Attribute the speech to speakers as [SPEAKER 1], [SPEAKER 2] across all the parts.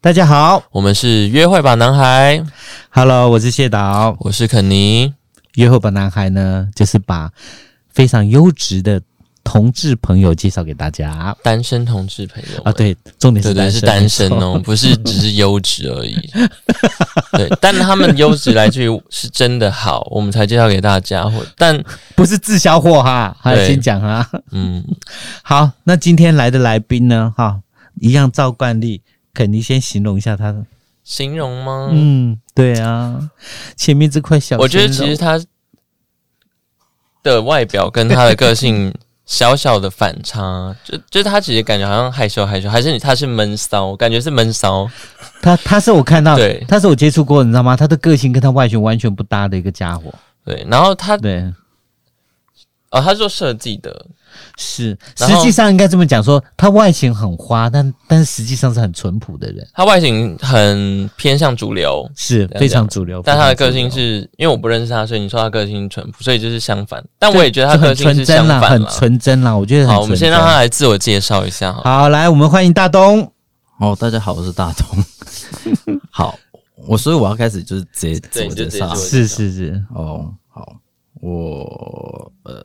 [SPEAKER 1] 大家好
[SPEAKER 2] 我们是约会吧男孩，
[SPEAKER 1] ，Hello，我是谢导。
[SPEAKER 2] 我是肯尼。
[SPEAKER 1] 约会吧男孩呢，就是把非常优质的同志朋友介绍给大家
[SPEAKER 2] 单身同志朋友
[SPEAKER 1] 啊。
[SPEAKER 2] 们，
[SPEAKER 1] 对，重点
[SPEAKER 2] 对
[SPEAKER 1] 是
[SPEAKER 2] 对
[SPEAKER 1] 单身，
[SPEAKER 2] 是单身
[SPEAKER 1] 没错。
[SPEAKER 2] 哦， 不是只是优质而已。对，但他们优质来自于是真的好，我们才介绍给大家。或但
[SPEAKER 1] 不是自销货哈，好，
[SPEAKER 2] 对
[SPEAKER 1] 先讲哈。
[SPEAKER 2] 嗯，
[SPEAKER 1] 好，那今天来的来宾呢，哈，一样照惯例，肯尼先形容一下他。
[SPEAKER 2] 形容吗？
[SPEAKER 1] 嗯，对啊，前面这块小鲜肉，
[SPEAKER 2] 我觉得其实他的外表跟他的 个性小小的反差，就就是他其实感觉好像害羞害羞，还是你他是闷骚，感觉是闷骚。
[SPEAKER 1] 他他是我看到，
[SPEAKER 2] 对
[SPEAKER 1] 他是我接触过，你知道吗？他的个性跟他外形完全不搭的一个家伙。
[SPEAKER 2] 对，然后他
[SPEAKER 1] 对，
[SPEAKER 2] 哦，他做设计的，
[SPEAKER 1] 是，实
[SPEAKER 2] 然后
[SPEAKER 1] 际上应该这么讲说，他外形很花，但但实际上是很淳朴的人，
[SPEAKER 2] 他外形很偏向主流，
[SPEAKER 1] 是
[SPEAKER 2] 这样
[SPEAKER 1] 非常主流。
[SPEAKER 2] 但他的
[SPEAKER 1] 非常
[SPEAKER 2] 个
[SPEAKER 1] 主流
[SPEAKER 2] 性是因为我不认识他，所以你说他个性淳朴，所以就是相反。但
[SPEAKER 1] 对
[SPEAKER 2] 我也觉得他
[SPEAKER 1] 就
[SPEAKER 2] 个
[SPEAKER 1] 很
[SPEAKER 2] 性
[SPEAKER 1] 纯
[SPEAKER 2] 是相
[SPEAKER 1] 真啦，
[SPEAKER 2] 反
[SPEAKER 1] 很
[SPEAKER 2] 了。
[SPEAKER 1] 纯真啦，我觉得很
[SPEAKER 2] 好，我们
[SPEAKER 1] 纯真
[SPEAKER 2] 先让他来自我介绍一下好了。
[SPEAKER 1] 好来，我们欢迎大东。
[SPEAKER 3] 哦，大家好，我是 大东。好，我所以我要开始就是直接自
[SPEAKER 2] 对
[SPEAKER 3] 我
[SPEAKER 2] 你就
[SPEAKER 3] 介
[SPEAKER 2] 直接
[SPEAKER 3] 绍
[SPEAKER 2] 自我。介
[SPEAKER 1] 是是是，
[SPEAKER 3] 哦，好，我呃，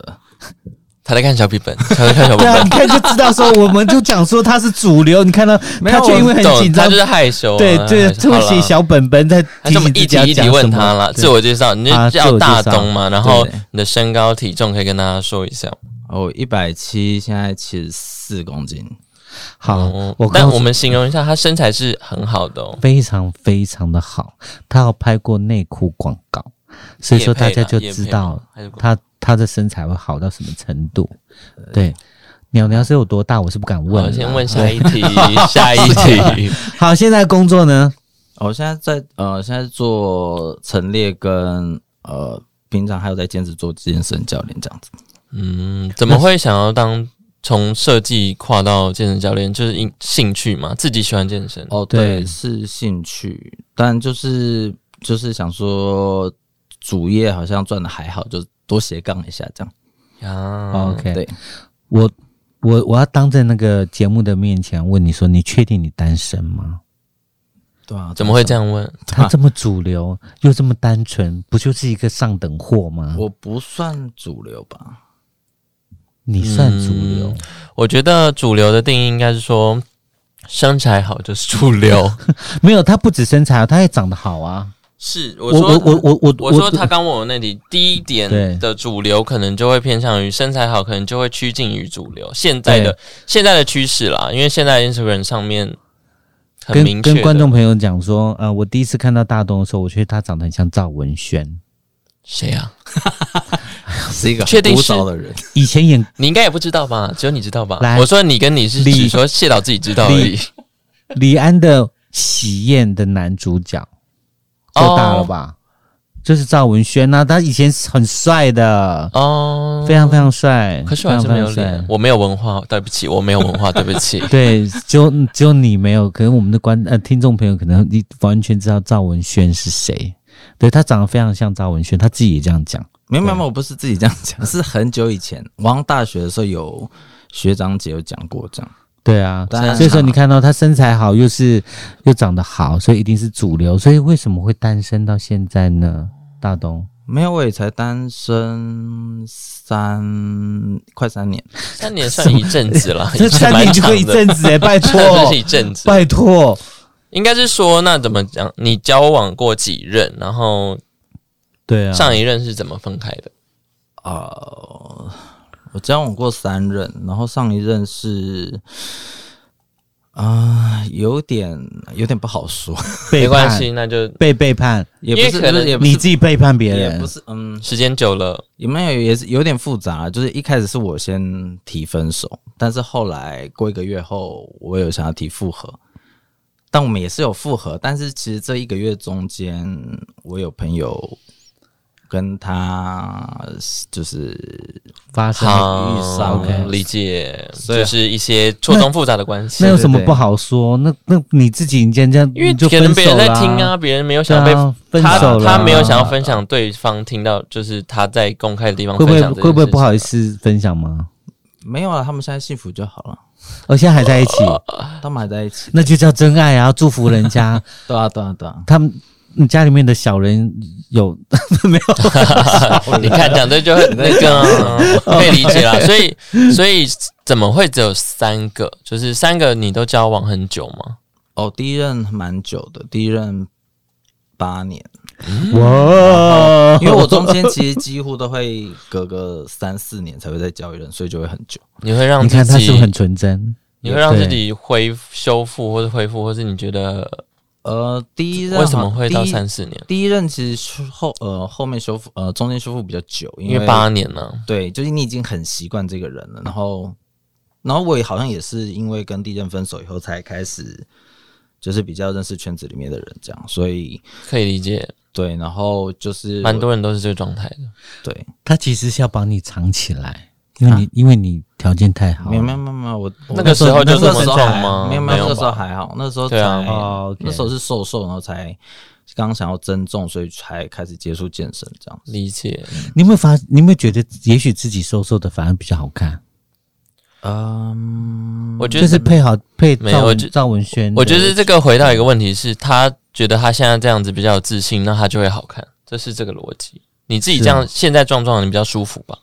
[SPEAKER 2] 他在看小笔本，他在看小笔
[SPEAKER 1] 对啊，
[SPEAKER 2] 本
[SPEAKER 1] 你，看就知道说，我们就讲说他是主流，你看到
[SPEAKER 2] 没
[SPEAKER 1] 他
[SPEAKER 2] 有
[SPEAKER 1] 就因为很
[SPEAKER 2] 懂
[SPEAKER 1] 紧张
[SPEAKER 2] 他就，是害羞啊。
[SPEAKER 1] 对对，就会
[SPEAKER 2] 好啦
[SPEAKER 1] 写小本本在
[SPEAKER 2] 还
[SPEAKER 1] 提
[SPEAKER 2] 是
[SPEAKER 1] 醒
[SPEAKER 2] 我们
[SPEAKER 1] 自
[SPEAKER 2] 一
[SPEAKER 1] 己
[SPEAKER 2] 题
[SPEAKER 1] 要
[SPEAKER 2] 一
[SPEAKER 1] 讲
[SPEAKER 2] 题
[SPEAKER 1] 什
[SPEAKER 2] 问他
[SPEAKER 1] 么
[SPEAKER 2] 啦，。自我介绍，你
[SPEAKER 1] 啊自
[SPEAKER 2] 就
[SPEAKER 1] 我
[SPEAKER 2] 叫
[SPEAKER 1] 介
[SPEAKER 2] 大
[SPEAKER 1] 绍
[SPEAKER 2] 东嘛，然后
[SPEAKER 3] 对
[SPEAKER 2] 你的身高体重可以跟大家说一下。
[SPEAKER 3] 哦，一百七，现在七十四公斤。
[SPEAKER 1] 好
[SPEAKER 2] 哦，
[SPEAKER 1] 我
[SPEAKER 2] 但
[SPEAKER 1] 告
[SPEAKER 2] 我
[SPEAKER 1] 诉
[SPEAKER 2] 们形容一下，他身材是很好的哦。
[SPEAKER 1] 非常非常的好，他有拍过内裤广告，所以说大家就知道了。
[SPEAKER 2] 还是广
[SPEAKER 1] 他他的身材会好到什么程度？对，鸟鸟是有多大，我是不敢问啊
[SPEAKER 2] 好，
[SPEAKER 1] 啦。
[SPEAKER 2] 先问下一题， 下一题。
[SPEAKER 1] 好，现在工作呢？
[SPEAKER 3] 哦，我现在在呃，现在做陈列跟呃，平常还有在兼职做健身教练这样子。
[SPEAKER 2] 嗯，怎么会想要当从设计跨到健身教练？就是因兴趣嘛，自己喜欢健身。
[SPEAKER 3] 哦，
[SPEAKER 1] 对
[SPEAKER 3] 对，是兴趣，但就是就是想说主业好像赚的还好，就多斜杠一下这样。
[SPEAKER 2] 啊
[SPEAKER 1] OK，
[SPEAKER 3] 对，
[SPEAKER 1] 我我我要当着那个节目的面前问你说，你确定你单身吗？
[SPEAKER 3] 对啊，
[SPEAKER 2] 怎么会这样问？
[SPEAKER 1] 他这么主流又这么单纯，不就是一个上等货吗？
[SPEAKER 3] 我不算主流吧，
[SPEAKER 1] 你算主流，
[SPEAKER 2] 我觉得主流的定义应该是说，身材好就是主流。
[SPEAKER 1] 没有，他不止身材，他也长得好啊。
[SPEAKER 2] 是，我
[SPEAKER 1] 我
[SPEAKER 2] 说
[SPEAKER 1] 我我我我
[SPEAKER 2] 我说他刚问我那题，第一点的主流可能就会偏向于身材好，可能就会趋近于主流。现在的现在的趋势啦，因为现在 Instagram 上面很
[SPEAKER 1] 跟
[SPEAKER 2] 明确的
[SPEAKER 1] 跟观众朋友讲说，呃，我第一次看到大东的时候，我觉得他长得很像赵文轩，
[SPEAKER 2] 谁啊？
[SPEAKER 3] 是一个
[SPEAKER 2] 确定
[SPEAKER 3] 很
[SPEAKER 2] 是
[SPEAKER 3] 古早的人。
[SPEAKER 1] 以前演
[SPEAKER 2] 你应该也不知道吧？只有你知道吧
[SPEAKER 1] 来？
[SPEAKER 2] 我说你跟你是
[SPEAKER 1] 李
[SPEAKER 2] 只说谢导自己知道而已。
[SPEAKER 1] 李安的《喜宴》的男主角，够大了
[SPEAKER 2] 哦
[SPEAKER 1] 吧？就是赵文轩呐、他以前很帅的，
[SPEAKER 2] 哦，
[SPEAKER 1] 非常非常帅。
[SPEAKER 2] 可是我还是
[SPEAKER 1] 非
[SPEAKER 2] 没
[SPEAKER 1] 常
[SPEAKER 2] 有
[SPEAKER 1] 非常帅
[SPEAKER 2] 脸，我没有文化，对不起，我没有文化，对不 起。
[SPEAKER 1] 对，只有只有你没有，可能我们的观呃听众朋友可能你完全知道赵文轩是谁。对他长得非常像赵文轩，他自己也这样讲。
[SPEAKER 3] 没有没有，没有我不是自己这样讲，是很久以前，我上大学的时候有学长姐有讲过这样。
[SPEAKER 1] 对啊，
[SPEAKER 3] 当然
[SPEAKER 1] 所以说
[SPEAKER 3] 啦
[SPEAKER 1] 你看到他身材好，又是又长得好，所以一定是主流。所以为什么会单身到现在呢？大东，
[SPEAKER 3] 没有，我也才单身三快三年，
[SPEAKER 2] 三年算一阵子了，
[SPEAKER 1] 这
[SPEAKER 2] 也是
[SPEAKER 1] 三
[SPEAKER 2] 蛮
[SPEAKER 1] 年就
[SPEAKER 2] 长
[SPEAKER 1] 过
[SPEAKER 2] 的
[SPEAKER 1] 一，阵子哎、拜托，
[SPEAKER 2] 真的是一阵子。
[SPEAKER 1] 拜托，
[SPEAKER 2] 应该是说，那怎么讲？你交往过几任？然后
[SPEAKER 1] 对啊，
[SPEAKER 2] 上一任是怎么分开的？
[SPEAKER 3] 呃，我交往过三任，然后上一任是。啊、有点有点不好说，
[SPEAKER 1] 背
[SPEAKER 2] 没关
[SPEAKER 1] 叛
[SPEAKER 2] 系，那就
[SPEAKER 1] 被背叛，
[SPEAKER 3] 也
[SPEAKER 2] 因为
[SPEAKER 3] 不是，
[SPEAKER 2] 可
[SPEAKER 3] 不
[SPEAKER 2] 能
[SPEAKER 3] 是也不
[SPEAKER 1] 你
[SPEAKER 3] 是，
[SPEAKER 1] 自己背叛别
[SPEAKER 3] 也
[SPEAKER 1] 人
[SPEAKER 3] 不，是，嗯，
[SPEAKER 2] 时间久了，
[SPEAKER 3] 也没有，也是有点复杂。就是一开始是我先提分手，但是后来过一个月后，我有想要提复合，但我们也是有复合。但是其实这一个月中间，我有朋友跟他就是
[SPEAKER 1] 发生
[SPEAKER 2] 好
[SPEAKER 3] 遇上
[SPEAKER 1] 了
[SPEAKER 2] 理解，
[SPEAKER 3] 所以
[SPEAKER 2] 就是一些错综复杂的关系
[SPEAKER 1] 啊那。有什么
[SPEAKER 3] 对对
[SPEAKER 1] 不好说？那那你自己你这样这样，
[SPEAKER 2] 因为
[SPEAKER 1] 你就
[SPEAKER 2] 可能
[SPEAKER 1] 分
[SPEAKER 2] 别人
[SPEAKER 1] 手
[SPEAKER 2] 在
[SPEAKER 1] 啦
[SPEAKER 2] 听，啊，别人没有
[SPEAKER 1] 对
[SPEAKER 2] 想被
[SPEAKER 1] 啊，分
[SPEAKER 2] 他
[SPEAKER 1] 手啦
[SPEAKER 2] 他没有想要分享对方听到，就是他在公开的地方
[SPEAKER 1] 会不
[SPEAKER 2] 分
[SPEAKER 1] 会
[SPEAKER 2] 享这件啊
[SPEAKER 1] 会不会不好意
[SPEAKER 2] 事
[SPEAKER 1] 思分享吗？
[SPEAKER 3] 啊没有了，他们现在幸福就好了。
[SPEAKER 1] 而现在还在 一起，
[SPEAKER 3] 他们还在 一起，
[SPEAKER 1] 那就叫真爱啊！祝福人 家，
[SPEAKER 3] 对啊对啊对啊，
[SPEAKER 1] 他们你家里面的小人有没有？
[SPEAKER 2] 哦你看讲这就很那 个啊、可以理解啦。所以所以怎么会只有三个？就是三个你都交往很久吗？
[SPEAKER 3] 哦，第一任蛮久的，第一任八年，
[SPEAKER 1] 哇，
[SPEAKER 3] 因为我中间其实几乎都会隔个三四年才会再交一任，所以就会很久。
[SPEAKER 2] 你会让
[SPEAKER 1] 你
[SPEAKER 2] 自
[SPEAKER 1] 看他
[SPEAKER 2] 己
[SPEAKER 1] 是不是很纯真？
[SPEAKER 2] 你会让自己恢复修复或者恢复，或是你觉得
[SPEAKER 3] 呃，第一任
[SPEAKER 2] 为什么会到
[SPEAKER 3] 第一
[SPEAKER 2] 三四年？
[SPEAKER 3] 第一任其实是后呃后面修复呃中间修复比较久，因
[SPEAKER 2] 因为八年啊呢、
[SPEAKER 3] 对，就是你已经很习惯这个人了，然后然后我也好像也是因为跟第一任分手以后才开始，就是比较认识圈子里面的人这样，所以
[SPEAKER 2] 可以理解，
[SPEAKER 3] 对，然后就是
[SPEAKER 2] 蛮多人都是这个状态的。
[SPEAKER 3] 对，
[SPEAKER 1] 他其实是要把你藏起来，因为你、因为你条件太好了，啊
[SPEAKER 3] 没有没有没有没有，我我
[SPEAKER 2] 那个时候就
[SPEAKER 3] 那
[SPEAKER 2] 这
[SPEAKER 3] 个
[SPEAKER 2] 么
[SPEAKER 3] 时候
[SPEAKER 2] 重
[SPEAKER 3] 还
[SPEAKER 2] 吗？
[SPEAKER 3] 没有
[SPEAKER 2] 没
[SPEAKER 3] 没有，那
[SPEAKER 2] 有
[SPEAKER 3] 个时候
[SPEAKER 2] 吧，
[SPEAKER 3] 还好，那时候
[SPEAKER 2] 对啊
[SPEAKER 3] 才
[SPEAKER 1] 哦，OK
[SPEAKER 3] 那时候是瘦瘦，然后才刚想要增重，所以才开始接触健身这样。
[SPEAKER 2] 理解。
[SPEAKER 1] 你有没有发？你有没有觉得，也许自己瘦瘦的反而比较好看？
[SPEAKER 3] 嗯，
[SPEAKER 2] 我觉
[SPEAKER 1] 就
[SPEAKER 2] 得
[SPEAKER 1] 是配好配
[SPEAKER 2] 没有
[SPEAKER 1] 赵
[SPEAKER 2] 我
[SPEAKER 1] 文
[SPEAKER 2] 觉
[SPEAKER 1] 赵文轩的，
[SPEAKER 2] 我觉得这个回到一个问题是，他觉得他现在这样子比较有自信，那他就会好看，这是这个逻辑。你自己这样，
[SPEAKER 1] 啊
[SPEAKER 2] 现在壮壮的你比较舒服吧？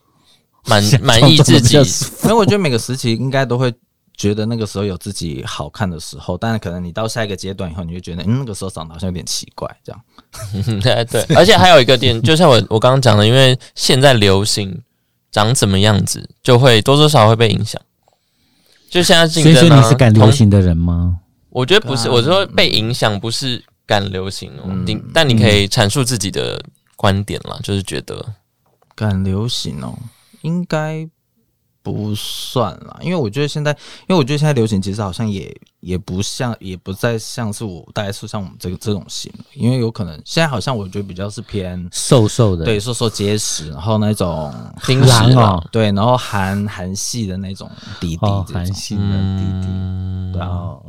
[SPEAKER 2] 满满意自 己
[SPEAKER 1] 赵文轩
[SPEAKER 3] 因为我觉得每个时期应该都会觉得那个时候有自己好看的时候，但是可能你到下一个阶段以后，你就觉得嗯那个时候长得好像有点奇怪这样。
[SPEAKER 2] 嗯 对对，而且还有一个点，就像我我刚刚讲的，因为现在流行长什么样子，就会多多少少会被影响。就现在竞
[SPEAKER 1] 所以
[SPEAKER 2] 争、
[SPEAKER 1] 说
[SPEAKER 2] 啊，
[SPEAKER 1] 你是敢流
[SPEAKER 2] 同
[SPEAKER 1] 行的人吗？
[SPEAKER 2] 我觉得不是，我说被影响不是敢流行哦，
[SPEAKER 1] 嗯
[SPEAKER 2] 你但你可以阐述自己的观点啦，就是觉得
[SPEAKER 3] 敢流行哦，应该不算啦，因为我觉得现在，因为我觉得现在流行其实好像也也不像，也不再像是我大概是像我们这个这种型了，因为有可能现在好像我觉得比较是偏
[SPEAKER 1] 瘦瘦的，
[SPEAKER 3] 对，瘦瘦结实，然后那种
[SPEAKER 2] 丁实
[SPEAKER 1] 狼
[SPEAKER 2] 啦
[SPEAKER 1] 哦，
[SPEAKER 3] 对，然后韩韩系的那种弟弟
[SPEAKER 1] 哦，
[SPEAKER 3] 这
[SPEAKER 1] 韩
[SPEAKER 3] 种，
[SPEAKER 1] 系的弟弟，
[SPEAKER 2] 嗯
[SPEAKER 1] 对哦，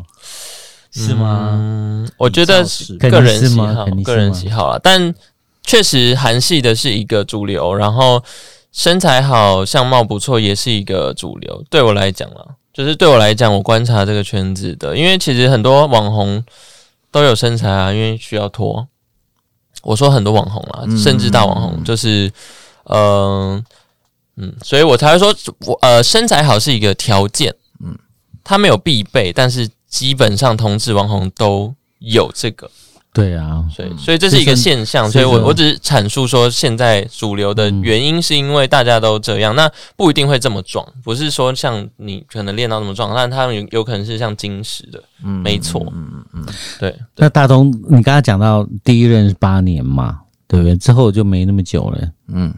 [SPEAKER 1] 是吗？
[SPEAKER 2] 嗯，我觉得是个人喜好
[SPEAKER 1] 肯定是吗肯定是，吗
[SPEAKER 2] 个人喜好啦。但确实韩系的是一个主流，然后身材好、相貌不错也是一个主流。对我来讲啦，就是对我来讲，我观察这个圈子的，因为其实很多网红都有身材啊，因为需要脱。我说很多网红啦，
[SPEAKER 3] 嗯
[SPEAKER 2] 甚至大网红，就是嗯、呃嗯，所以我才会说，我呃身材好是一个条件，嗯
[SPEAKER 3] 嗯，
[SPEAKER 2] 他没有必备，但是基本上同志网红都有这个，
[SPEAKER 1] 对啊，
[SPEAKER 2] 所
[SPEAKER 3] 嗯
[SPEAKER 2] 以所以这是一个现象，
[SPEAKER 1] 是
[SPEAKER 2] 所以我
[SPEAKER 1] 是
[SPEAKER 2] 我只是阐述说现在主流
[SPEAKER 3] 嗯
[SPEAKER 2] 的原因是因为大家都这样，那不一定会这么壮，不是说像你可能练到那么壮，但他们有有可能是像金石的，
[SPEAKER 3] 嗯
[SPEAKER 2] 没错
[SPEAKER 3] 嗯嗯嗯，
[SPEAKER 2] 对，
[SPEAKER 1] 那大东，你刚刚讲到第一任是八年嘛，对不对？之后就没那么久了。
[SPEAKER 3] 嗯，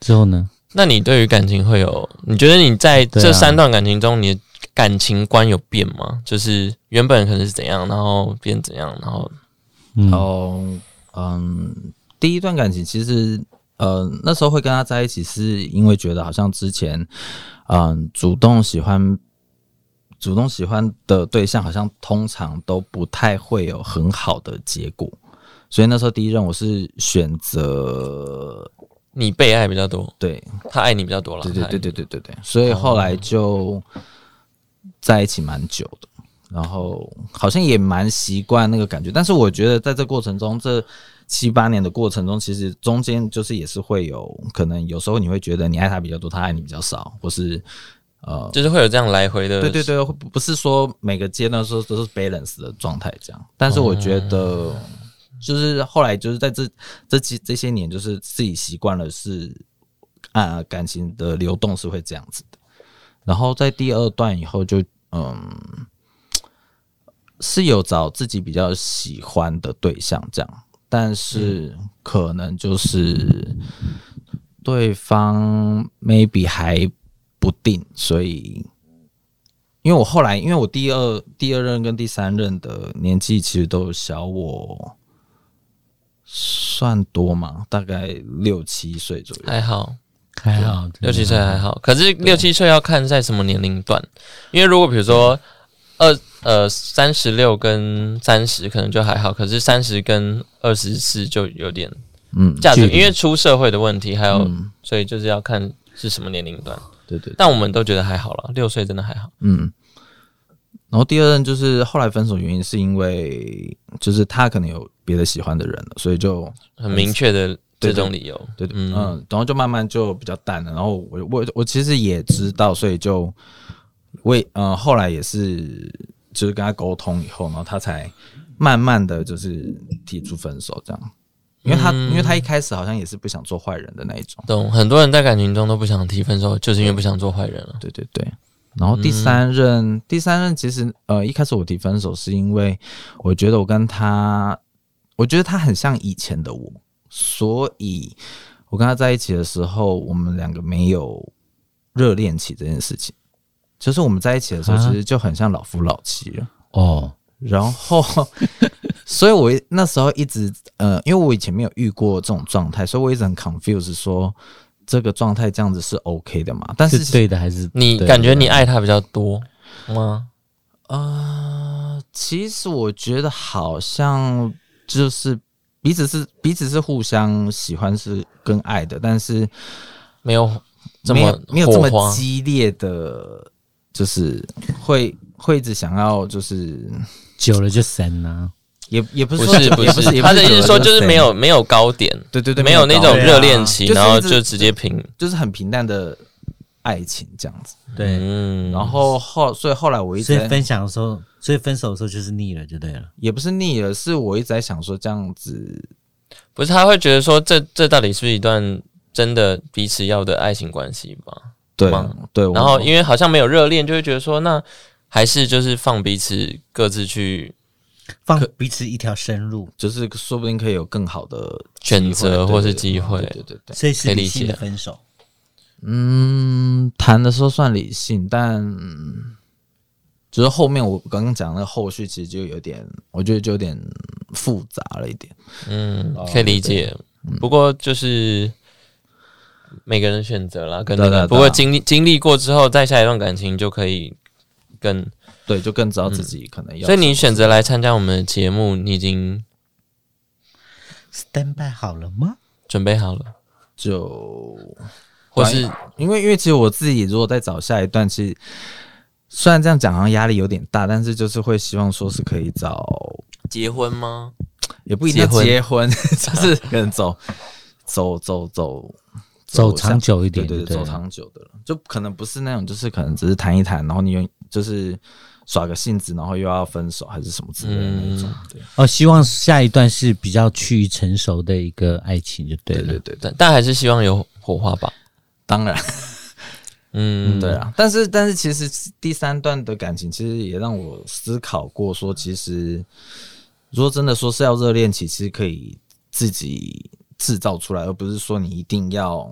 [SPEAKER 1] 之后呢？
[SPEAKER 2] 那你对于感情会有？你觉得你在
[SPEAKER 1] 对啊
[SPEAKER 2] 这三段感情中，你的感情观有变吗？就是原本可能是怎样，然后变怎样，然后
[SPEAKER 1] 嗯，
[SPEAKER 3] 然后哦嗯，第一段感情其实呃那时候会跟他在一起，是因为觉得好像之前嗯、主动喜欢主动喜欢的对象，好像通常都不太会有很好的结果，所以那时候第一任我是选择
[SPEAKER 2] 你被爱比较多，
[SPEAKER 3] 对
[SPEAKER 2] 他爱你比较多了。哎
[SPEAKER 3] 对对
[SPEAKER 2] 他爱
[SPEAKER 3] 对
[SPEAKER 2] 你
[SPEAKER 3] 对对对对，所以后来就在一起蛮久的，然后好像也蛮习惯那个感觉。但是我觉得在这过程中，这七八年的过程中，其实中间就是也是会有可能，有时候你会觉得你爱他比较多，他爱你比较少，或是呃，
[SPEAKER 2] 就是会有这样来回的。
[SPEAKER 3] 对对对，不不是说每个阶段说都是 balance 的状态这样。但是我觉得。就是后来就是在这这几这些年，就是自己习惯了是啊感情的流动是会这样子的。然后在第二段以后就嗯是有找自己比较喜欢的对象这样，但是
[SPEAKER 2] 嗯
[SPEAKER 3] 可能就是对方 maybe 还不定，所以。因为我后来，因为我第二第二任跟第三任的年纪其实都小我算多嘛，大概六七岁左右。
[SPEAKER 2] 还好，
[SPEAKER 1] 还好，
[SPEAKER 2] 六七岁还好，可是六七岁要看在什么年龄段，因为如果比如说二呃三十六跟三十可能就还好，可是三十跟二十四就有点
[SPEAKER 3] 嗯，
[SPEAKER 2] 价值，
[SPEAKER 1] 距离
[SPEAKER 2] 因为出社会的问题，还有、所以就是要看是什么年龄段。
[SPEAKER 3] 对对，对
[SPEAKER 2] 但我们都觉得还好了，六岁真的还好。
[SPEAKER 3] 嗯。然后第二任就是后来分手原因是因为就是他可能有别的喜欢的人了，所以就
[SPEAKER 2] 很明确的这
[SPEAKER 3] 对
[SPEAKER 2] 种理由。
[SPEAKER 3] 对对，
[SPEAKER 2] 嗯
[SPEAKER 3] 嗯，然后就慢慢就比较淡了。然后我我我其实也知道，所以就我也呃后来也是就是跟他沟通以后，然后他才慢慢的就是提出分手这样。因为他、因为他一开始好像也是不想做坏人的那一种，
[SPEAKER 2] 懂，很多人在感情中都不想提分手，就是因为不想做坏人了。
[SPEAKER 3] 对对对。然后第三任，第三任其实呃一开始我提分手是因为我觉得我跟他，我觉得他很像以前的我，所以我跟他在一起的时候，我们两个没有热恋期这件事情。就是我们在一起的时候，
[SPEAKER 1] 啊
[SPEAKER 3] 其实就很像老夫老妻了。
[SPEAKER 1] 哦，
[SPEAKER 3] 然后， 所以我那时候一直呃，因为我以前没有遇过这种状态，所以我一直很 confused，说这个状态这样子是 OK 的嘛？但是
[SPEAKER 1] 是对的还是
[SPEAKER 2] 你
[SPEAKER 1] 对
[SPEAKER 2] 感觉你爱他比较多吗？
[SPEAKER 3] 呃，其实我觉得好像就是彼此是彼此是互相喜欢是跟爱的，但是
[SPEAKER 2] 没有这
[SPEAKER 3] 没
[SPEAKER 2] 么
[SPEAKER 3] 有没有这
[SPEAKER 2] 火花
[SPEAKER 3] 么激烈的，就是会会一直想要就是。
[SPEAKER 1] 久了就啊散啦、
[SPEAKER 3] 也也不
[SPEAKER 2] 不
[SPEAKER 3] 是说
[SPEAKER 2] 是不
[SPEAKER 3] 也不是，也
[SPEAKER 2] 是，
[SPEAKER 3] 不
[SPEAKER 2] 他的意思说就是没有
[SPEAKER 3] 对，
[SPEAKER 2] 没有高点，
[SPEAKER 3] 对对对，
[SPEAKER 2] 没有那种
[SPEAKER 3] 高
[SPEAKER 2] 热恋期，
[SPEAKER 3] 对啊
[SPEAKER 2] 然后
[SPEAKER 3] 就是一直
[SPEAKER 2] 就直接平。
[SPEAKER 3] 就是很平淡的爱情这样子。
[SPEAKER 1] 对，
[SPEAKER 2] 嗯，
[SPEAKER 3] 然后后所以后来我一
[SPEAKER 1] 所
[SPEAKER 3] 直
[SPEAKER 1] 以
[SPEAKER 3] 在
[SPEAKER 1] 分享的时候，所以分手的时候就是腻了，就对了。
[SPEAKER 3] 也不是腻了，是我一直在想说这样子，
[SPEAKER 2] 不是他会觉得说这这到底是不是一段真的彼此要的爱情关系吧？
[SPEAKER 3] 对
[SPEAKER 2] 吗
[SPEAKER 3] 对，我
[SPEAKER 2] 然后因为好像没有热恋，就会觉得说那还是就是放彼此各自去
[SPEAKER 1] 放彼此一条生路，
[SPEAKER 3] 就是说不定可以有更好的
[SPEAKER 2] 选择
[SPEAKER 3] 机会
[SPEAKER 2] 或是机会
[SPEAKER 3] 对对对对，对
[SPEAKER 1] 所以是
[SPEAKER 2] 可以理
[SPEAKER 1] 理性
[SPEAKER 2] 解
[SPEAKER 1] 的分手。
[SPEAKER 3] 嗯，谈的时候算理性，但就是后面我刚刚讲的后续，其实就有点，我觉得就有点复杂了一点。
[SPEAKER 2] 嗯，
[SPEAKER 3] 哦
[SPEAKER 2] 可以理解。
[SPEAKER 3] 嗯
[SPEAKER 2] 不过就是每个人选择啦，跟
[SPEAKER 3] 对
[SPEAKER 2] 那
[SPEAKER 3] 啊对啊
[SPEAKER 2] 个。不过经历经历过之后，再下一段感情就可以跟。
[SPEAKER 3] 对，就更知道自己可能要什么、
[SPEAKER 2] 所以你选择来参加我们的节目，你已经
[SPEAKER 1] Stand by 好了吗？
[SPEAKER 2] 准备好了，
[SPEAKER 3] 就
[SPEAKER 2] 或是
[SPEAKER 3] 因为因为其实我自己如果再找下一段，其实虽然这样讲好像压力有点大，但是就是会希望说是可以找，
[SPEAKER 2] 结婚吗？
[SPEAKER 3] 也不一定要
[SPEAKER 2] 结婚
[SPEAKER 3] 结婚， 就是可能走走走走
[SPEAKER 1] 走
[SPEAKER 3] 向
[SPEAKER 1] 长久一点
[SPEAKER 3] 对
[SPEAKER 1] 就
[SPEAKER 3] 对对，
[SPEAKER 1] 对了
[SPEAKER 3] 走长久的了，就可能不是那种就是可能只是谈一谈，然后你有就是耍个性子，然后又要分手还是什么之类的那种，对
[SPEAKER 1] 哦，希望下一段是比较趋于成熟的一个爱情，就对
[SPEAKER 3] 对
[SPEAKER 1] 了。
[SPEAKER 3] 对对对，
[SPEAKER 2] 但但还是希望有火花吧。
[SPEAKER 3] 当然。
[SPEAKER 2] 嗯，
[SPEAKER 3] 对啊，但是但是其实第三段的感情，其实也让我思考过说，其实如果真的说是要热恋期，其实可以自己制造出来，而不是说你一定要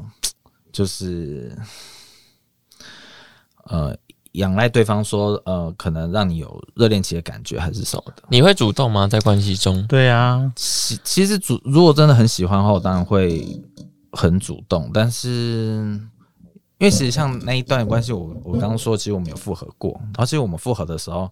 [SPEAKER 3] 就是呃仰赖对方说呃可能让你有热恋期的感觉还是什么的。
[SPEAKER 2] 你会主动吗？在关系中，
[SPEAKER 1] 对啊，
[SPEAKER 3] 其其实主如果真的很喜欢的话，我当然会很主动，但是。因为其实像那一段关系我，我刚刚说，其实我们有复合过，然后其实我们复合的时候，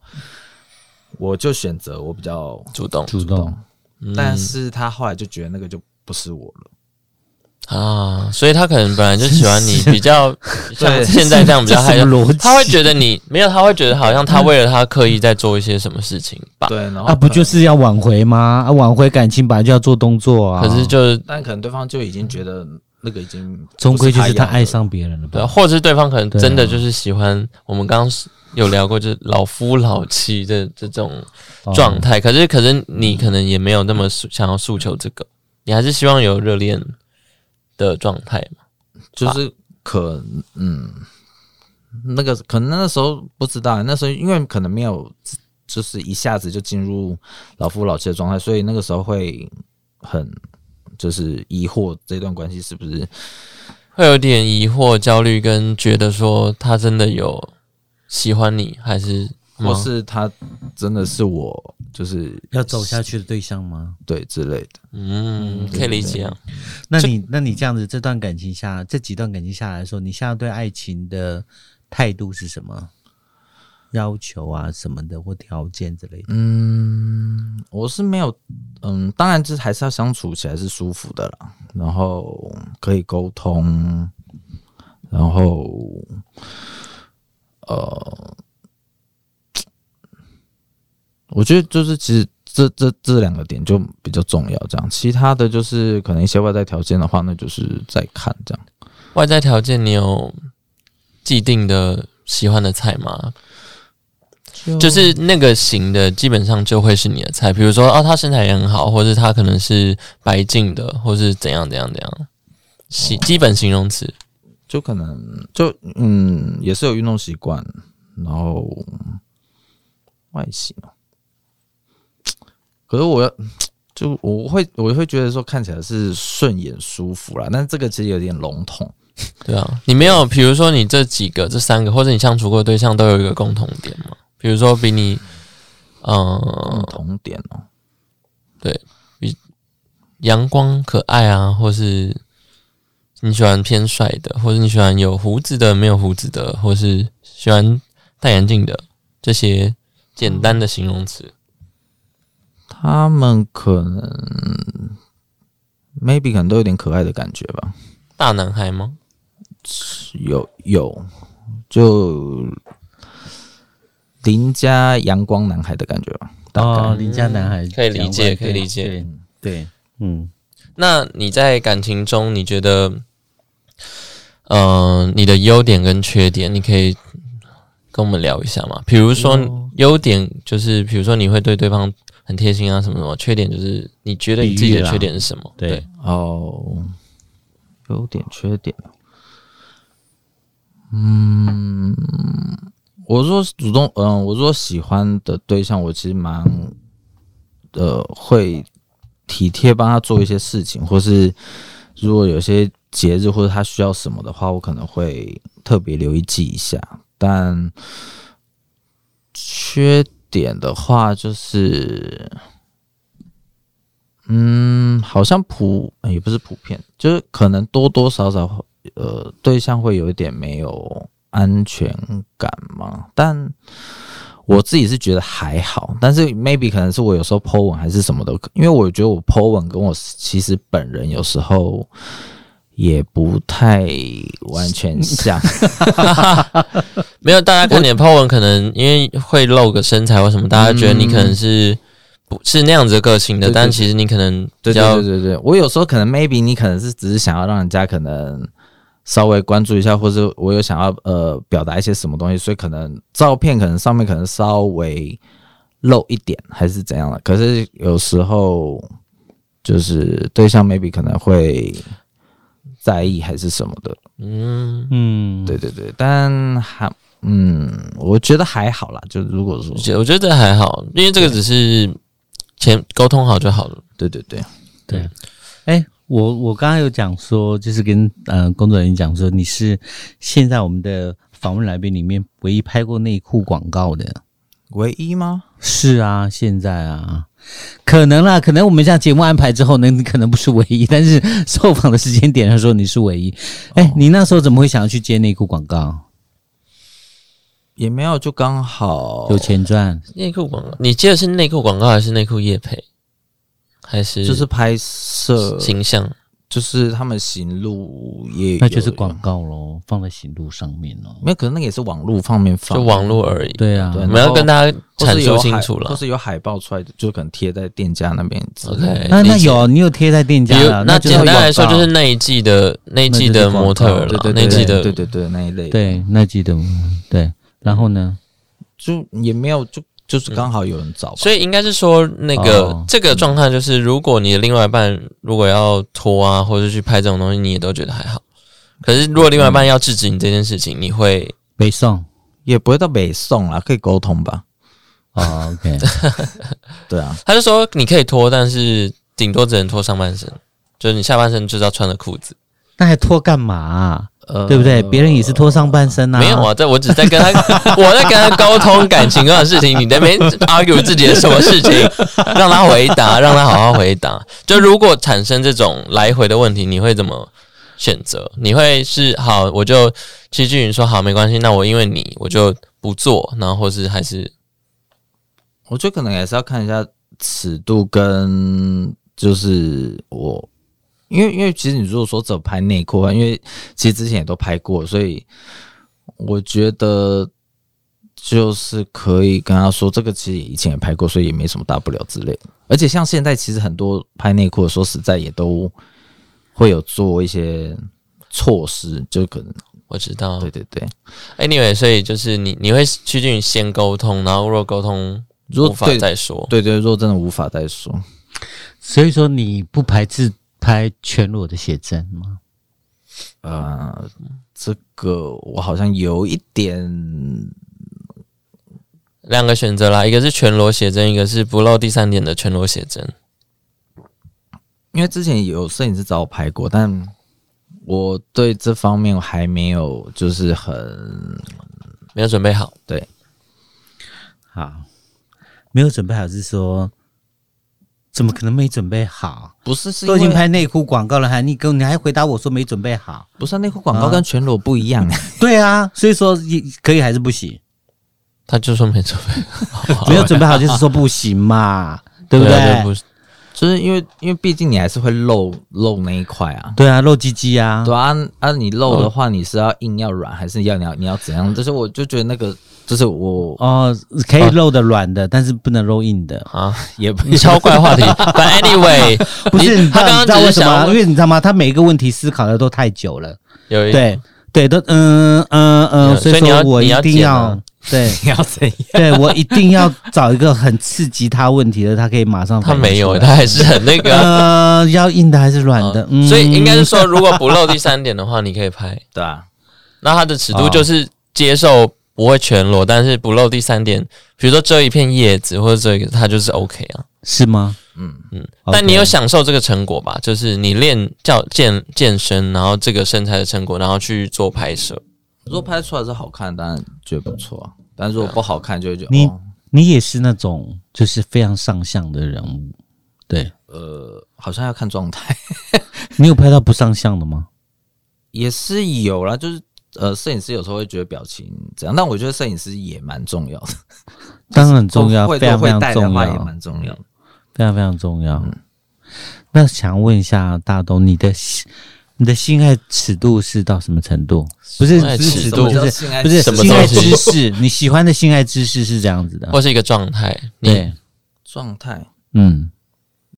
[SPEAKER 3] 我就选择我比较，
[SPEAKER 2] 主动
[SPEAKER 1] 主动。嗯
[SPEAKER 3] 但是他后来就觉得那个就不是我了，
[SPEAKER 2] 啊，所以他可能本来就喜欢你，比较像
[SPEAKER 3] 对
[SPEAKER 2] 现在这样比较害
[SPEAKER 1] 这什么逻
[SPEAKER 2] 羞
[SPEAKER 1] 辑，
[SPEAKER 2] 他会觉得你没有，他会觉得好像他为了他刻意在做一些什么事情吧。
[SPEAKER 3] 对，然后
[SPEAKER 1] 啊，不
[SPEAKER 3] 可能
[SPEAKER 1] 就是要挽回吗？啊，挽回感情本来就要做动作啊。
[SPEAKER 2] 可是就是
[SPEAKER 3] 但可能对方就已经觉得那个已经
[SPEAKER 1] 终归就是他
[SPEAKER 3] 他
[SPEAKER 1] 爱上别人了吧？
[SPEAKER 2] 对，或者是对方可能
[SPEAKER 1] 对啊
[SPEAKER 2] 真的就是喜欢我们刚刚有聊过，就是老夫老妻的这种
[SPEAKER 1] 哦
[SPEAKER 2] 状态。可是，可是你可能也没有那么诉想要诉求这个，你还是希望有热恋的状态嘛？
[SPEAKER 3] 就是可嗯，那个可能那时候不知道，那时候因为可能没有，就是一下子就进入老夫老妻的状态，所以那个时候会很就是疑惑这段关系是不是
[SPEAKER 2] 会有点疑惑、焦虑，跟觉得说他真的有喜欢你，还是吗
[SPEAKER 3] 或是他真的是我就是
[SPEAKER 1] 要走下去的对象吗？
[SPEAKER 3] 对之类的。
[SPEAKER 2] 嗯，可以理解啊。
[SPEAKER 1] 那你那你这样子，这段感情下，这几段感情下来说，你现在对爱情的态度是什么？要求啊什么的，或条件之类的。
[SPEAKER 3] 嗯，我是没有，嗯，当然就是还是要相处起来是舒服的啦，然后可以沟通，然后呃，我觉得就是其实这这这两个点就比较重要，这样其他的就是可能一些外在条件的话，那就是再看这样。
[SPEAKER 2] 外在条件，你有既定的喜欢的菜吗？
[SPEAKER 3] 嗯
[SPEAKER 2] 就是那个型的，基本上就会是你的菜。比如说，哦，他身材也很好，或是他可能是白净的，或是怎样怎样怎样，基基本形容词。
[SPEAKER 3] 就可能就嗯，也是有运动习惯，然后外形哦。可是我要就我会我会觉得说看起来是顺眼舒服啦，但是这个其实有点笼统。
[SPEAKER 2] 对啊，你没有，比如说你这几个、这三个，或者你相处过的对象都有一个共同点吗？比如说比你，嗯、
[SPEAKER 3] 共同点哦、
[SPEAKER 2] 阳光可爱啊，或是你喜欢偏帅的，或是你喜欢有胡子的、没有胡子的，或是喜欢戴眼镜的这些简单的形容词。
[SPEAKER 3] 他们可能 maybe 可能都有点可爱的感觉吧，
[SPEAKER 2] 大男孩吗？
[SPEAKER 3] 有有就邻家阳光男孩的感觉吧，大概、
[SPEAKER 1] 哦，邻家男孩
[SPEAKER 2] 可以理解可以理解
[SPEAKER 1] 对对，嗯，
[SPEAKER 2] 那你在感情中，你觉得，嗯、你的优点跟缺点，你可以跟我们聊一下吗？比如说优点就是，比如说你会对对方很贴心啊，什么什么；缺点就是你觉得你自己
[SPEAKER 1] 比喻
[SPEAKER 2] 的
[SPEAKER 1] 啦
[SPEAKER 2] 缺点是什么？
[SPEAKER 1] 对
[SPEAKER 3] 哦，优点缺点，嗯，我说主动，嗯，我说喜欢的对象，我其实蛮，呃，会体贴帮他做一些事情，或是如果有些节日或者他需要什么的话，我可能会特别留意记一下，但缺点的话就是。嗯，好像普、呃也不是普遍，就是可能多多少少呃，对象会有一点没有安全感嘛。但我自己是觉得还好，但是 maybe 可能是我有时候 Po 文还是什么的，因为我觉得我 Po 文跟我其实本人有时候也不太完全像。
[SPEAKER 2] 没有，大家看你的 po 文，可能因为会露个身材或什么，大家觉得你可能是不是那样子的个性的，
[SPEAKER 3] 对对
[SPEAKER 2] 但其实你可能比
[SPEAKER 3] 对
[SPEAKER 2] 较
[SPEAKER 3] 对对对对，我有时候可能 maybe 你可能是只是想要让人家可能稍微关注一下，或是我有想要呃表达一些什么东西，所以可能照片可能上面可能稍微露一点还是怎样的，可是有时候就是对象 maybe 可能会在意还是什么的，
[SPEAKER 2] 嗯，
[SPEAKER 1] 嗯，
[SPEAKER 3] 对对对，但还嗯，我觉得还好啦，就如果说
[SPEAKER 2] 我觉得我觉得这还好，因为这个只是前沟通好就好了。
[SPEAKER 3] 对对对，
[SPEAKER 1] 对，哎、我我刚刚有讲说，就是跟呃工作人员讲说，你是现在我们的访问来宾里面唯一拍过内裤广告的。
[SPEAKER 3] 唯一吗？
[SPEAKER 1] 是啊，现在啊，可能啦，可能我们像节目安排之后呢，你可能不是唯一，但是 受访的时间点他说你是唯一。哎、
[SPEAKER 2] 哦
[SPEAKER 1] 你那时候怎么会想要去接内裤广告？
[SPEAKER 3] 也没有，就刚好
[SPEAKER 1] 有钱赚，
[SPEAKER 2] 内裤广告，你接的是内裤广告还是内裤业配，还是
[SPEAKER 3] 就是呃拍摄
[SPEAKER 2] 形象？
[SPEAKER 3] 就是他们行路也有，
[SPEAKER 1] 那就是广告喽，放在行路上面喽。
[SPEAKER 3] 没有，可能那个也是网络方面放，
[SPEAKER 2] 就网络而已。
[SPEAKER 1] 对啊，
[SPEAKER 3] 对
[SPEAKER 2] 我们要跟大家
[SPEAKER 3] 或是
[SPEAKER 2] 阐述
[SPEAKER 3] 有海
[SPEAKER 2] 清楚了
[SPEAKER 3] 或。是有海报出来的，就可能贴在店家那啊边之类的。
[SPEAKER 2] OK，
[SPEAKER 1] 那那
[SPEAKER 2] 理解
[SPEAKER 1] 有你有贴在店
[SPEAKER 2] 比
[SPEAKER 1] 家
[SPEAKER 2] 如
[SPEAKER 1] 了，
[SPEAKER 2] 那
[SPEAKER 1] 就是
[SPEAKER 2] 简单来说
[SPEAKER 1] 广
[SPEAKER 2] 就
[SPEAKER 1] 告
[SPEAKER 2] 是那一季的那一季
[SPEAKER 1] 那就
[SPEAKER 2] 的
[SPEAKER 1] 是广告
[SPEAKER 2] 模特儿
[SPEAKER 3] 对
[SPEAKER 2] 了，
[SPEAKER 3] 对
[SPEAKER 2] 那一
[SPEAKER 3] 对
[SPEAKER 2] 季
[SPEAKER 3] 对
[SPEAKER 2] 的
[SPEAKER 3] 对对对那一类的，
[SPEAKER 1] 对那记得对，然后呢？
[SPEAKER 3] 就也没有，就就是刚好有人找吧。
[SPEAKER 2] 所以应该是说，那个、
[SPEAKER 3] 哦
[SPEAKER 2] 这个状态就是，如果你的另外一半如果要拖啊，或者去拍这种东西，你也都觉得还好。可是如果另外一半要制止你这件事情，你会
[SPEAKER 1] 北宋
[SPEAKER 3] 也不会到北宋啦，可以沟通吧？
[SPEAKER 1] 哦 OK，
[SPEAKER 3] 对啊，
[SPEAKER 2] 他就说你可以拖，但是顶多只能拖上半身，就是你下半身就是要穿着裤子。
[SPEAKER 1] 那还脱干嘛啊、
[SPEAKER 3] 呃
[SPEAKER 1] 对不对？别人也是脱上半身呐、
[SPEAKER 2] 没有，啊，这我只是在 跟他我在跟他沟通感情上的事情，你在那边 argue 自己的什么事情，让他回答，让他好好回答。就如果产生这种来回的问题，你会怎么选择？你会是好，我就戚志云说好，没关系，那我因为你我就不做，然后或是还是
[SPEAKER 3] 我觉得可能也是要看一下尺度跟就是我，因为因为其实你如果说只有拍内裤啊，因为其实之前也都拍过，所以我觉得就是可以跟他说，这个其实以前也拍过，所以也没什么大不了之类的。而且像现在，其实很多拍内裤的，说实在也都会有做一些措施，就可能
[SPEAKER 2] 我知道
[SPEAKER 3] 对对对，
[SPEAKER 2] ，anyway，所以就是你你会趋近于先沟通，然后若沟通
[SPEAKER 3] 如
[SPEAKER 2] 无
[SPEAKER 3] 果
[SPEAKER 2] 法
[SPEAKER 3] 对
[SPEAKER 2] 再说，
[SPEAKER 3] 对对，如果真的无法再说，
[SPEAKER 1] 所以说你不排斥拍全裸的写真吗？
[SPEAKER 3] 呃，这个我好像有一点，
[SPEAKER 2] 两个选择啦，一个是全裸写真，一个是不露第三点的全裸写真。
[SPEAKER 3] 因为之前有摄影师找我拍过，但我对这方面还没有就是很
[SPEAKER 2] 没有准备好，
[SPEAKER 3] 对，
[SPEAKER 1] 好，没有准备好是说，怎么可能没准备好？
[SPEAKER 3] 不是是因
[SPEAKER 1] 都
[SPEAKER 3] 为
[SPEAKER 1] 已经拍内裤广告了，还你跟你还回答我说没准备 好？
[SPEAKER 3] 不是啊内裤广告跟全裸不一样，
[SPEAKER 1] 对啊，所以说也可以还是不行？
[SPEAKER 2] 他就说没准备，
[SPEAKER 1] 没有准备好就是说不行嘛， 对不
[SPEAKER 2] 啊就
[SPEAKER 1] 对？
[SPEAKER 2] 不是
[SPEAKER 3] 就是因为因为毕竟你还是会露露那一块啊。
[SPEAKER 1] 对啊，露鸡鸡啊，
[SPEAKER 3] 对啊，啊，你露的话，你是要硬要软，还是要你要你要怎样？就是我就觉得那个，就是我
[SPEAKER 1] 哦，可以露的软的，但是不能露硬的。
[SPEAKER 2] 啊，
[SPEAKER 3] 也不
[SPEAKER 2] 你超怪话 题。反正 anyway，
[SPEAKER 1] 不是，
[SPEAKER 2] 你
[SPEAKER 1] 你知
[SPEAKER 2] 他
[SPEAKER 1] 道你
[SPEAKER 2] 刚
[SPEAKER 1] 知道
[SPEAKER 2] 刚
[SPEAKER 1] 为
[SPEAKER 2] 只是
[SPEAKER 1] 什么
[SPEAKER 2] 想
[SPEAKER 1] 吗？
[SPEAKER 2] 要
[SPEAKER 1] 因为你知道吗？他每一个问题思考的都太久了，
[SPEAKER 2] 有一
[SPEAKER 1] 对对，都嗯嗯嗯，
[SPEAKER 2] 对所以你
[SPEAKER 1] 说
[SPEAKER 2] 要
[SPEAKER 1] 我
[SPEAKER 2] 你
[SPEAKER 1] 一
[SPEAKER 2] 要
[SPEAKER 1] 定
[SPEAKER 2] 剪
[SPEAKER 1] 要
[SPEAKER 2] 啊
[SPEAKER 1] 对
[SPEAKER 3] 你要怎样？
[SPEAKER 1] 对，我一定要找一个很刺激他问题的，他可以马上
[SPEAKER 2] 他
[SPEAKER 1] 反应
[SPEAKER 2] 没
[SPEAKER 1] 出
[SPEAKER 2] 有，
[SPEAKER 1] 来
[SPEAKER 2] 他还是很那个啊。
[SPEAKER 1] 呃，要硬的还是软的？ 嗯，
[SPEAKER 2] 所以应该是说，如果不露第三点的话，你可以拍。
[SPEAKER 3] 对啊，
[SPEAKER 2] 那它的尺
[SPEAKER 1] 啊
[SPEAKER 2] 度就是接受不会全裸，但是不露第三点，比如说遮一片叶子或者遮一个，它就是 OK 啊。
[SPEAKER 1] 是吗？
[SPEAKER 3] 嗯，
[SPEAKER 2] 嗯
[SPEAKER 1] OK
[SPEAKER 2] 但你有享受这个成果吧？就是你练教健健身，然后这个身材的成果，然后去做拍摄。
[SPEAKER 3] 如果拍出来是好看，当然觉得不错啊。但如果不好看，就会觉得
[SPEAKER 1] 你
[SPEAKER 3] 哦
[SPEAKER 1] 你也是那种就是非常上相的人物，对
[SPEAKER 3] 呃，好像要看状态，
[SPEAKER 1] 你有拍到不上相的吗？
[SPEAKER 3] 也是有啦，就是呃，摄影师有时候会觉得表情怎样，但我觉得摄影师也蛮重要的，
[SPEAKER 1] 当然很重要，
[SPEAKER 3] 会
[SPEAKER 1] 非常非
[SPEAKER 3] 会
[SPEAKER 1] 常
[SPEAKER 3] 带的
[SPEAKER 1] 重
[SPEAKER 3] 话
[SPEAKER 1] 要
[SPEAKER 3] 也，蛮重要的。
[SPEAKER 1] 非常非常重要。那想问一下大东，你的性你的性爱尺度是到什么程度？不是
[SPEAKER 2] 性爱
[SPEAKER 1] 不是
[SPEAKER 2] 尺
[SPEAKER 1] 尺
[SPEAKER 2] 度
[SPEAKER 1] 度，
[SPEAKER 3] 什么
[SPEAKER 1] 就
[SPEAKER 3] 叫
[SPEAKER 1] 是
[SPEAKER 3] 性爱
[SPEAKER 1] 不是
[SPEAKER 2] 什么
[SPEAKER 1] 性爱
[SPEAKER 2] 东西
[SPEAKER 1] 知识？嗯你喜欢的性爱知识是这样子的，
[SPEAKER 2] 或是一个状态。你
[SPEAKER 1] 对，
[SPEAKER 3] 状态？
[SPEAKER 1] 嗯，